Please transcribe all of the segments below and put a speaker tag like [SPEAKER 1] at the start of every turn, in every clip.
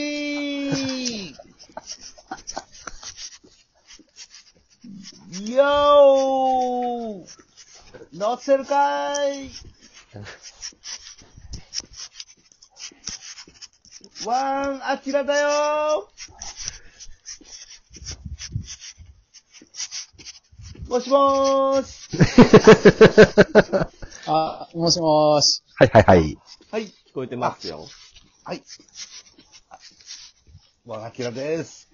[SPEAKER 1] 4MC! Yo! 乗ってるかいワン、アキラだよもしもーし
[SPEAKER 2] あ、もしもーし。
[SPEAKER 3] はいはいはい。
[SPEAKER 1] はい、聞こえてますよ。はい。ワン、アキラです。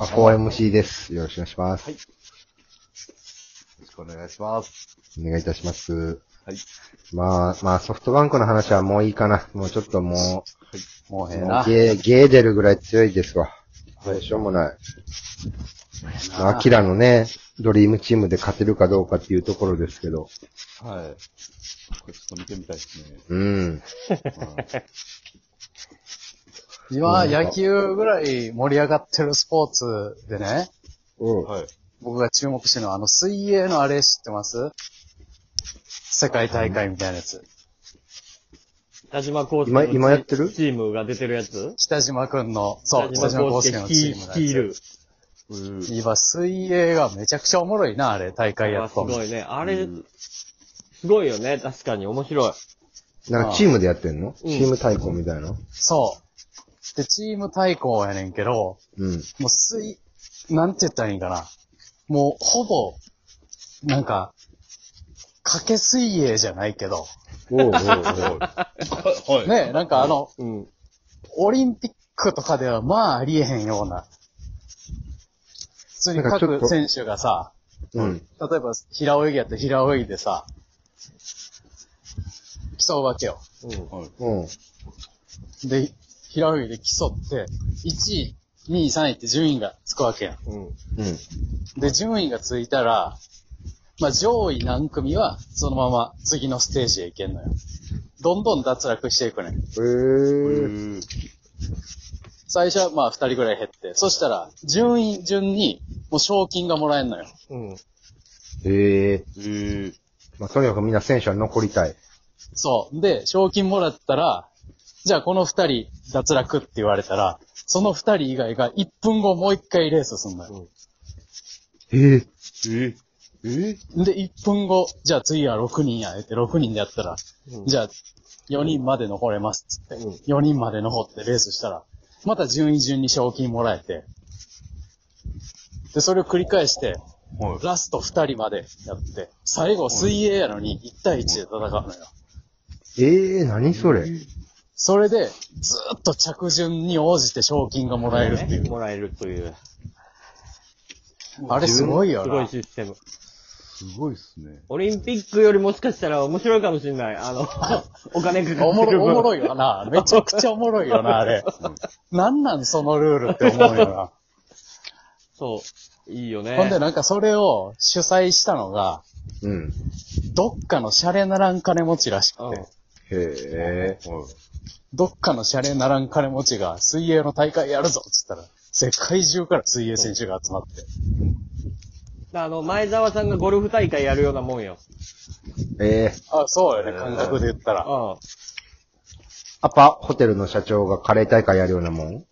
[SPEAKER 3] あ、4MC です。よろしくお願いします。
[SPEAKER 1] はいよろしくお願いします。
[SPEAKER 3] お願いいたします。
[SPEAKER 1] はい。
[SPEAKER 3] まあ、まあ、ソフトバンクの話はもういいかな。もうちょっとも
[SPEAKER 2] もう
[SPEAKER 3] う、
[SPEAKER 2] ええ
[SPEAKER 3] も
[SPEAKER 2] な
[SPEAKER 3] う。ゲー、ゲー出るぐらい強いですわ。どうしようもない。アキラのね、ドリームチームで勝てるかどうかっていうところですけど。
[SPEAKER 1] はい。これちょっと見てみたいですね。
[SPEAKER 3] うん。
[SPEAKER 2] 今、野球ぐらい盛り上がってるスポーツでね、
[SPEAKER 3] うん。
[SPEAKER 1] はい。
[SPEAKER 2] 僕が注目してるのは、あの、水泳のあれ知ってます世界大会みたいなやつ。
[SPEAKER 4] 田島康介
[SPEAKER 3] 今
[SPEAKER 4] の
[SPEAKER 3] 今やってる
[SPEAKER 4] チームが出てるやつ
[SPEAKER 2] 北島くんの、そう、北
[SPEAKER 4] 田
[SPEAKER 2] 島
[SPEAKER 4] 島
[SPEAKER 2] 康
[SPEAKER 4] 康
[SPEAKER 2] 介の
[SPEAKER 4] 介
[SPEAKER 2] チームの
[SPEAKER 4] 率い
[SPEAKER 2] や
[SPEAKER 4] る
[SPEAKER 2] つ。。
[SPEAKER 1] うん。
[SPEAKER 2] 今、水泳がめちゃくちゃおもろいな、あれ、大
[SPEAKER 4] あ
[SPEAKER 2] 会
[SPEAKER 4] れ
[SPEAKER 2] や
[SPEAKER 4] は
[SPEAKER 2] っ
[SPEAKER 4] す
[SPEAKER 2] とんの。
[SPEAKER 4] ごいね。あれ、すごいよね。確かに面白い。
[SPEAKER 3] なんかチームでやってん
[SPEAKER 4] う
[SPEAKER 3] の
[SPEAKER 4] ん
[SPEAKER 3] チーム対抗みたいな。
[SPEAKER 2] そう。で、チーム対抗やねんけど、
[SPEAKER 3] うん。
[SPEAKER 2] もう水、なんて言ったらいいんかな。もう、ほぼ、なんか、掛け水泳じゃないけど、
[SPEAKER 3] おうおうおう
[SPEAKER 1] はい。
[SPEAKER 2] ねえ、なんかあの、
[SPEAKER 4] うん。
[SPEAKER 2] オリンピックとかではまあありえへんような。普通に
[SPEAKER 3] なんかちょっ
[SPEAKER 2] 各
[SPEAKER 3] と
[SPEAKER 2] 選手がさ、
[SPEAKER 3] うん。
[SPEAKER 2] 例えば平泳ぎやったら平泳ぎでさ、競うわけよ。
[SPEAKER 4] うん。
[SPEAKER 3] うん。
[SPEAKER 2] で、平泳ぎで競って、1位、2位、3位って順位がつくわけやん。
[SPEAKER 4] うん。
[SPEAKER 3] うん。
[SPEAKER 2] で、順位がついたら、まあ、上位何組は、そのまま次のステージへ行けんのよ。どんどん脱落していくねん。
[SPEAKER 3] えー。
[SPEAKER 2] 最初はまあ、二人ぐらい減って。そしたら、順位順に、もう賞金がもらえんのよ。
[SPEAKER 4] うん。
[SPEAKER 3] ええ
[SPEAKER 1] うん。
[SPEAKER 3] まあ、とにかくみんな選手は残りたい。
[SPEAKER 2] そう。で、賞金もらったら、じゃあこの二人脱落って言われたら、その二人以外が1分後もう一回レースすんのよ。
[SPEAKER 3] ええ
[SPEAKER 1] ええ
[SPEAKER 2] で、1分後、じゃあ次は6人や、って6人でやったら、
[SPEAKER 4] うん
[SPEAKER 2] じゃあ4人まで残れます、つって、
[SPEAKER 4] うん
[SPEAKER 2] 4人まで残ってレースしたら、また順位順に賞金もらえて、で、それを繰り返して、
[SPEAKER 1] はい。
[SPEAKER 2] ラスト2人までやって、最後水泳やのに1対1で戦うのよ。
[SPEAKER 3] ええ何それ
[SPEAKER 2] それで、ずーっと着順に応じて賞金がもらえるっていう。
[SPEAKER 4] もらえるという。
[SPEAKER 2] あれすごいよ
[SPEAKER 4] すご。
[SPEAKER 2] ない
[SPEAKER 4] システム。
[SPEAKER 1] すごいっすね。
[SPEAKER 4] オリンピックよりもしかしたら面白いかもしれない。あの、 お金かかってる分。
[SPEAKER 2] おもろ、おもろ
[SPEAKER 4] い。
[SPEAKER 2] いよな。めちゃくちゃおもろいよな、あれ。なんなんそのルールって思うよな。
[SPEAKER 4] そう。いいよね。
[SPEAKER 2] ほんでなんかそれを主催したのが、
[SPEAKER 3] うん。
[SPEAKER 2] どっかのシャレならん金持ちらしく
[SPEAKER 4] うん
[SPEAKER 2] て、
[SPEAKER 3] へえ。
[SPEAKER 2] どっかのシャレならん金持ちが水泳の大会やるぞっつったら、世界中から水泳選手が集まって。
[SPEAKER 4] あの、前澤さんがゴルフ大会やるようなもんよ。
[SPEAKER 3] ええ
[SPEAKER 2] あ、そうよね、感覚で言ったら。
[SPEAKER 4] う
[SPEAKER 3] アパホテルの社長がカレー大会やるような もん
[SPEAKER 4] ん。い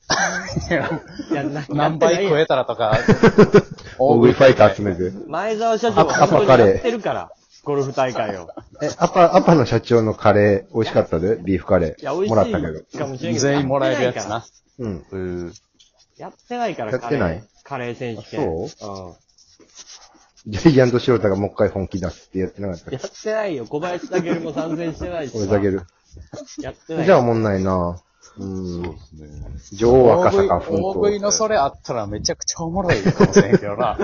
[SPEAKER 4] や、な
[SPEAKER 2] 何倍超
[SPEAKER 4] や
[SPEAKER 2] え
[SPEAKER 4] って
[SPEAKER 2] たらとか、
[SPEAKER 3] 大食いファイター集め
[SPEAKER 4] な
[SPEAKER 3] て。
[SPEAKER 4] い前澤社長は本当にやってるから。ゴルフ大会を。
[SPEAKER 3] え、アパ、アパの社長のカレー、美味しかったで、ビーフカレ
[SPEAKER 4] いや、美
[SPEAKER 3] ー。
[SPEAKER 4] 味
[SPEAKER 3] もらったけど。
[SPEAKER 4] しいかもしれんけど。
[SPEAKER 2] 全員もらえるや つな。
[SPEAKER 3] うん。
[SPEAKER 1] うん。
[SPEAKER 4] やってないから。
[SPEAKER 3] やってない
[SPEAKER 4] カレーカレー選手権。そ
[SPEAKER 3] ジャイアントシロタがもう一回本気出すってやってなかったっ
[SPEAKER 4] うん。や
[SPEAKER 3] け
[SPEAKER 4] ってないよ。小林武も参戦してないしさ。
[SPEAKER 3] 俺だける。
[SPEAKER 4] やってない。
[SPEAKER 3] じゃあおもんないなうん。
[SPEAKER 1] そうですね。
[SPEAKER 3] 女王
[SPEAKER 2] 大
[SPEAKER 3] 赤
[SPEAKER 2] 食い
[SPEAKER 3] 坂
[SPEAKER 2] 大
[SPEAKER 3] 奮
[SPEAKER 2] 食い
[SPEAKER 3] 闘。
[SPEAKER 2] のそれあったらめちゃくちゃおもろいかもしれんけどな。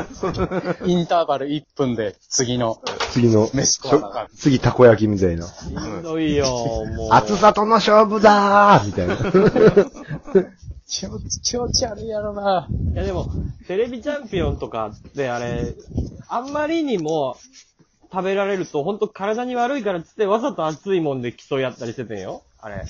[SPEAKER 2] インターバル1分で次の。
[SPEAKER 3] 次の、
[SPEAKER 2] 飯食わなあかん
[SPEAKER 3] しょ次たこ焼きみたいな。
[SPEAKER 4] しんどいよ、もう。
[SPEAKER 3] 暑さとの勝負だーみたいな。
[SPEAKER 2] 気持ち、気持ち悪いやろな。
[SPEAKER 4] いやでも、テレビチャンピオンとかってあれ、あんまりにも食べられると本当体に悪いからっつってわざと熱いもんで競い合ったりしててんよ。あれ。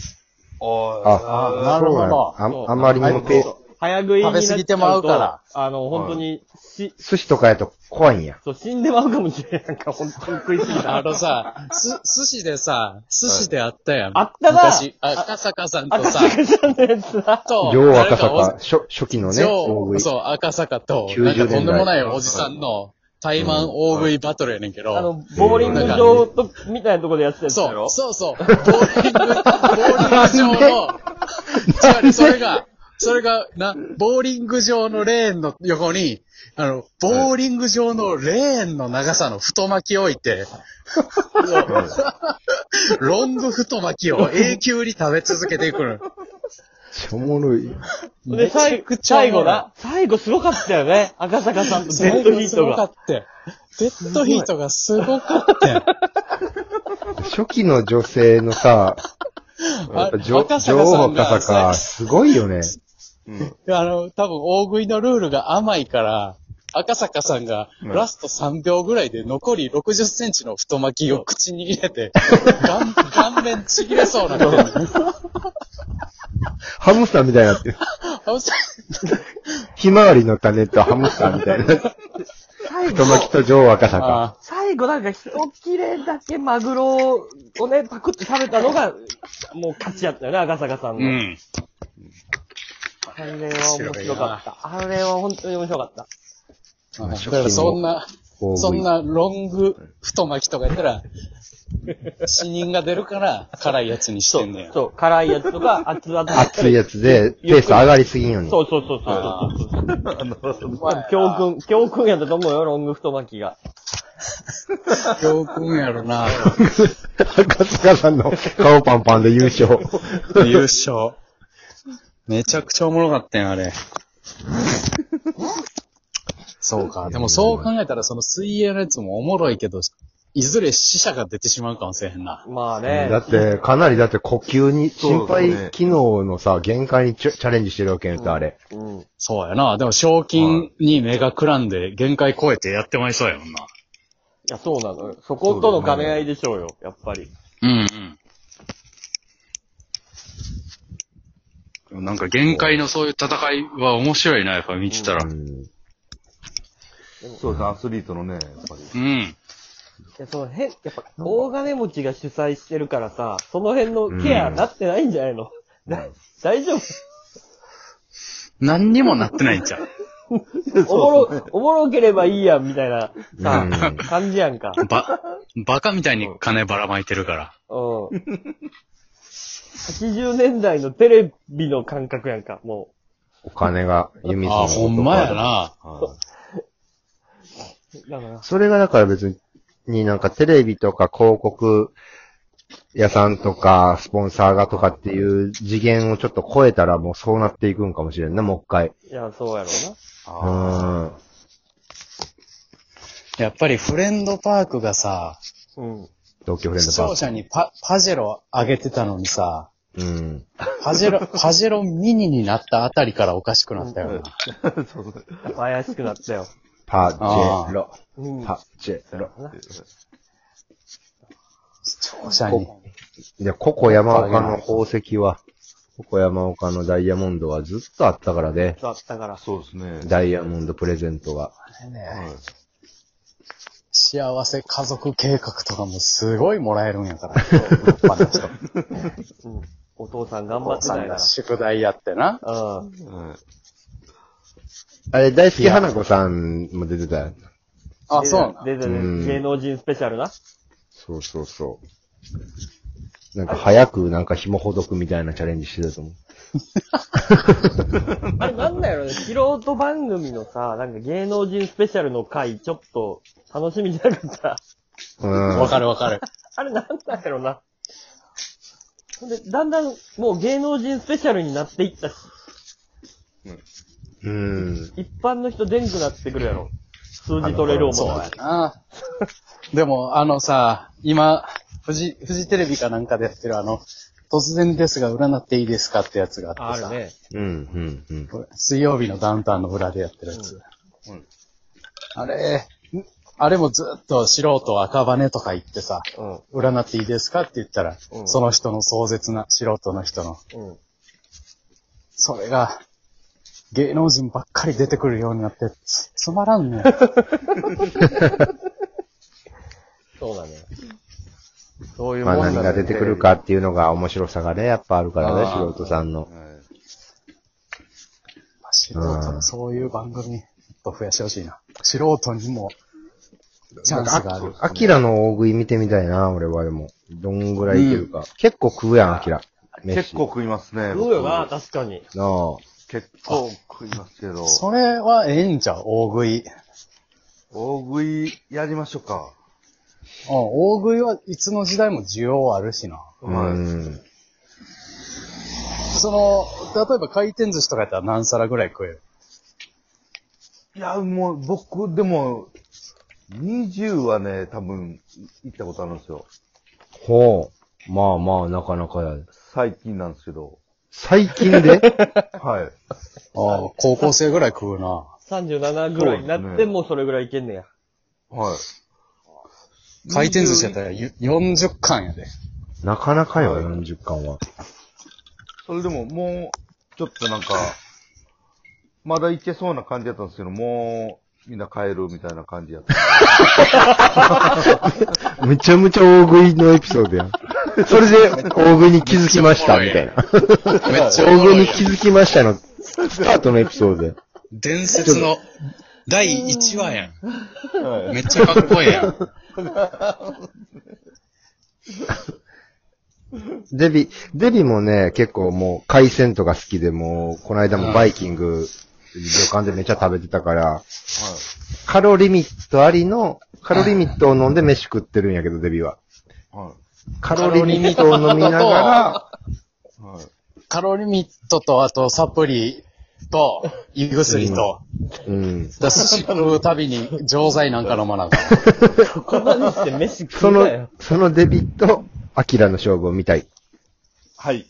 [SPEAKER 1] あ
[SPEAKER 3] あ、
[SPEAKER 2] なるほど
[SPEAKER 3] そうなんやあんあんまりにもペー
[SPEAKER 4] 早食いになっちゃうと
[SPEAKER 2] 食べ過ぎてまうから。
[SPEAKER 4] あの、本当に、し、
[SPEAKER 3] 寿司とかやと怖いんや。
[SPEAKER 4] そう、死んでまうかもしれんやんか、本当に食いすぎたら
[SPEAKER 2] あのさ、す、寿司でさ、寿司であったやん。
[SPEAKER 4] あったな
[SPEAKER 2] 昔、あ、赤坂さんと
[SPEAKER 4] 赤
[SPEAKER 2] さ、
[SPEAKER 4] 坂さんのやつな。
[SPEAKER 2] と、
[SPEAKER 3] 両赤
[SPEAKER 2] 誰かお
[SPEAKER 3] 坂、初初期のね、大
[SPEAKER 2] そ
[SPEAKER 3] 食
[SPEAKER 2] う、
[SPEAKER 3] い。
[SPEAKER 2] そう、赤坂と、
[SPEAKER 3] 90
[SPEAKER 2] なんかとんでもない
[SPEAKER 3] 年代
[SPEAKER 2] おじさんの、対マン大食いバトルやねんけど、
[SPEAKER 4] あの、ボーリング場と、みたいなとこでやってたやつだ
[SPEAKER 2] そ
[SPEAKER 4] ろ
[SPEAKER 2] う、そうそう、ボーリング、ボーリング場の、違うね、それが、それが、な、ボーリング場のレーンの横に、あの、ボーリング場のレーンの長さの太巻きを置いて、ロング太巻きを永久に食べ続けていくの。
[SPEAKER 3] おもろい。
[SPEAKER 4] で、最後、最後な。最後すごかったよね。赤坂さんとデッドヒー
[SPEAKER 2] す
[SPEAKER 4] ト
[SPEAKER 2] ごか
[SPEAKER 4] が。
[SPEAKER 2] ったよ。デッドヒートがすごかったよ。
[SPEAKER 3] 初期の女性のさ、やっぱ女女
[SPEAKER 2] 若坂さ
[SPEAKER 3] 王
[SPEAKER 2] んが
[SPEAKER 3] 赤坂、すごいよね。
[SPEAKER 2] あの、多分大食いのルールが甘いから、赤坂さんがラスト3秒ぐらいで残り60センチの太巻きを口に入れて、顔顔面ちぎれそうなってる。
[SPEAKER 3] ハムスターみたいになってる。
[SPEAKER 2] あのさ
[SPEAKER 3] ひまわりの種とハムスターみたいな。
[SPEAKER 4] 最
[SPEAKER 3] 太巻きと女王赤坂。
[SPEAKER 2] あ
[SPEAKER 4] 最後なんか一切れだけマグロをね、パクって食べたのが、もう勝ちやったよね、赤坂さん
[SPEAKER 2] ー
[SPEAKER 4] の。
[SPEAKER 2] うん。
[SPEAKER 4] あれは面白かった。あれは本当に面白かった。
[SPEAKER 3] まあ
[SPEAKER 2] だからそんな、
[SPEAKER 3] 大食い
[SPEAKER 2] そんなロング太巻きとかやったら、死人が出るから辛いやつにしてんのよ。
[SPEAKER 4] そう、辛いやつとか、熱々の
[SPEAKER 3] 熱いやつで、ペース上がりすぎんよね。
[SPEAKER 4] そうそうそうそうそう。まあ、教訓、教訓やったと思うよ、ロング太巻きが。
[SPEAKER 2] 教訓やろな、
[SPEAKER 3] 赤塚さんの顔パンパンで優勝。
[SPEAKER 2] 優勝。めちゃくちゃおもろかったよ、あれ。そうか。でもそう考えたら、その水泳のやつもおもろいけど、いずれ死者が出てしまうかもしれへんな。
[SPEAKER 4] まあね。
[SPEAKER 3] だって、かなりだって呼吸に、心肺機能のさ、限界にチャチャレンジしてるわけやんと、あれ。
[SPEAKER 4] うん。
[SPEAKER 2] そうやな。でも賞金に目がくらんで限界超えてやってまいそうやもんな。
[SPEAKER 4] いや、そうなのよ。そことの兼ね合いでしょうよ、やっぱり。
[SPEAKER 2] うんうん。なんか限界のそういう戦いは面白いな、やっぱ見てたら。
[SPEAKER 3] う
[SPEAKER 2] うん
[SPEAKER 5] そうです、アスリートのね、やっぱり。
[SPEAKER 2] ん。
[SPEAKER 4] いや、その辺、やっぱ、大金持ちが主催してるからさ、その辺のケアなってないんじゃないの、だ大丈夫
[SPEAKER 2] 何にもなってないんちゃう。
[SPEAKER 4] おもろ、おもろければいいやん、みたいな、さ
[SPEAKER 3] う、ん
[SPEAKER 4] 感じやんか。
[SPEAKER 2] ば、バカみたいに金ばらまいてるから。
[SPEAKER 4] うん。80年代のテレビの感覚やんか、も
[SPEAKER 3] お金が、ユミさんの
[SPEAKER 2] あ、ほんまやな。
[SPEAKER 5] は
[SPEAKER 4] う。だから、
[SPEAKER 3] それがだから別になんかテレビとか広告屋さんとかスポンサーがとかっていう次元をちょっと超えたらもうそうなっていくんかもしれんな、もう一回。
[SPEAKER 4] いや、そうやろうな。
[SPEAKER 3] うーん。
[SPEAKER 2] やっぱりフレンドパークがさ、
[SPEAKER 4] うん。
[SPEAKER 3] 東京フレン
[SPEAKER 2] 視
[SPEAKER 3] ドパ
[SPEAKER 2] 聴
[SPEAKER 3] ー
[SPEAKER 2] 者にパパジェロあげてたのにさ、
[SPEAKER 3] ク。うん。
[SPEAKER 2] パジェ ロ、パジェロミニになったあたりからおかしくなったよな。
[SPEAKER 4] やっぱ怪しくなったよ。
[SPEAKER 3] パジェロ。
[SPEAKER 4] うん。
[SPEAKER 3] パジェロ。
[SPEAKER 2] 視聴者に。
[SPEAKER 3] いや、ココ山岡の宝石は、ココ山岡のダイヤモンドはずっとあったからね。
[SPEAKER 4] だったから。
[SPEAKER 5] そうですね。
[SPEAKER 3] ダイヤモンドプレゼントが。
[SPEAKER 5] はい
[SPEAKER 2] 幸せ家族計画とかもすごいもらえるんやから。一般の人
[SPEAKER 4] うん。お父さん頑
[SPEAKER 2] お
[SPEAKER 4] 張っ
[SPEAKER 2] 父
[SPEAKER 4] て
[SPEAKER 2] さ
[SPEAKER 4] た
[SPEAKER 2] ん
[SPEAKER 4] や
[SPEAKER 2] が宿題やってな。
[SPEAKER 4] な。うん。
[SPEAKER 5] はい
[SPEAKER 3] あれ、大好き花子さんも出てたよ。
[SPEAKER 2] あ、そうなの
[SPEAKER 4] で、で、
[SPEAKER 3] う
[SPEAKER 4] で、
[SPEAKER 3] ん
[SPEAKER 4] 芸能人スペシャルな。
[SPEAKER 3] そうそうそう。なんか早くなんか紐ほどくみたいなチャレンジしてたと思う。
[SPEAKER 4] あれなんだよね、素人番組のさ、なんか芸能人スペシャルの回、ちょっと楽しみじゃなかった。
[SPEAKER 3] うん
[SPEAKER 2] わ。かるわかる。
[SPEAKER 4] あれなんだろうな。ほんで、だんだんもう芸能人スペシャルになっていったし、
[SPEAKER 3] うん。
[SPEAKER 4] 一般の人出んくなってくるやろ。数字取れる思
[SPEAKER 2] そう
[SPEAKER 4] う。
[SPEAKER 2] やな。でも、あのさ、今、フジ、フジテレビかなんかでやってるあの、突然ですが占っていいですかってやつがあってさ、
[SPEAKER 4] ね。
[SPEAKER 3] うん、うん、うん。
[SPEAKER 2] 水曜日のダウンタウンの裏でやってるやつ。あれ、んあれもずっと素人赤羽とか行ってさ、
[SPEAKER 4] うん。
[SPEAKER 2] 占っていいですかって言ったら、
[SPEAKER 4] うん
[SPEAKER 2] その人の壮絶な素人の人の、
[SPEAKER 4] うん。
[SPEAKER 2] それが、芸能人ばっかり出てくるようになって、つ、つまらんね。
[SPEAKER 4] そうだね。 そういう
[SPEAKER 3] ま
[SPEAKER 4] も
[SPEAKER 3] あ
[SPEAKER 4] んだ、ね。
[SPEAKER 3] 何が出てくるかっていうのが面白さがね、やっぱあるからね、
[SPEAKER 4] あー
[SPEAKER 3] 素人さんの。
[SPEAKER 5] はい
[SPEAKER 2] まあ素人のそういう番組、もっと増やしてほしいな。素人にも、チャンスがある。
[SPEAKER 3] アキラの大食い見てみたいな、俺はでも。どんぐらいいけるか。結構食うやん、アキラ。飯
[SPEAKER 5] 結構。食いますね。
[SPEAKER 4] そうよな、
[SPEAKER 5] 僕
[SPEAKER 4] 確かに。
[SPEAKER 3] なあ。
[SPEAKER 5] 結構食いますけど。
[SPEAKER 2] それはええんちゃう大食い。うん
[SPEAKER 5] 大食いやりましょうか。
[SPEAKER 2] 大食いはいつの時代も需要あるしな。
[SPEAKER 3] う
[SPEAKER 5] はい。
[SPEAKER 3] ん。
[SPEAKER 2] その、例えば回転寿司とかやったら何皿ぐらい食える
[SPEAKER 5] いや、もう僕、でも、20はね、多分、行ったことあるんですよ。
[SPEAKER 3] ほう。まあまあ、なかなかや。
[SPEAKER 5] 最近なんですけど。
[SPEAKER 3] 最近 で
[SPEAKER 5] はい。
[SPEAKER 2] ああ、高校生ぐらい食うな。
[SPEAKER 4] 37ぐらいにな
[SPEAKER 5] そう
[SPEAKER 4] っ
[SPEAKER 5] で
[SPEAKER 4] て、
[SPEAKER 5] すね
[SPEAKER 4] もうそれぐらいいけんねや。
[SPEAKER 5] はい。
[SPEAKER 2] 回転寿司やったらゆ40巻やで。
[SPEAKER 3] なかなかよ、40巻は。
[SPEAKER 5] それでももう、ちょっとなんか、まだ行けそうな感じだったんですけど、もう、みんな帰るみたいな感じやった。
[SPEAKER 3] めちゃめちゃ大食いのエピソードや ん。それで、大食いに気づきました、みたいな。
[SPEAKER 2] めっちゃ
[SPEAKER 3] 大
[SPEAKER 2] おも
[SPEAKER 3] 食
[SPEAKER 2] ろ
[SPEAKER 3] いに
[SPEAKER 2] いやん
[SPEAKER 3] 気づきましたの、スタートのエピソードやん。
[SPEAKER 2] 伝説の第1話やん。めっちゃかっこええやん。
[SPEAKER 3] デビ、デビもね、結構もう海鮮とか好きで、もう、この間もバイキング、旅館でめっちゃ食べてたから、カロリミットありの、カロリミットを飲んで飯食ってるんやけど、デビは。
[SPEAKER 5] はい。
[SPEAKER 3] カロリミットを飲みながら、
[SPEAKER 5] はい。はい。
[SPEAKER 2] カロリミットと、あとサプリと、胃薬と、
[SPEAKER 3] うん。
[SPEAKER 2] だ寿司食うたびに錠剤なんか飲まなあかん。
[SPEAKER 4] ここまでして飯食
[SPEAKER 3] そう
[SPEAKER 4] なよ
[SPEAKER 3] の。、そのデビと、アキラの勝負を見たい。
[SPEAKER 5] はい。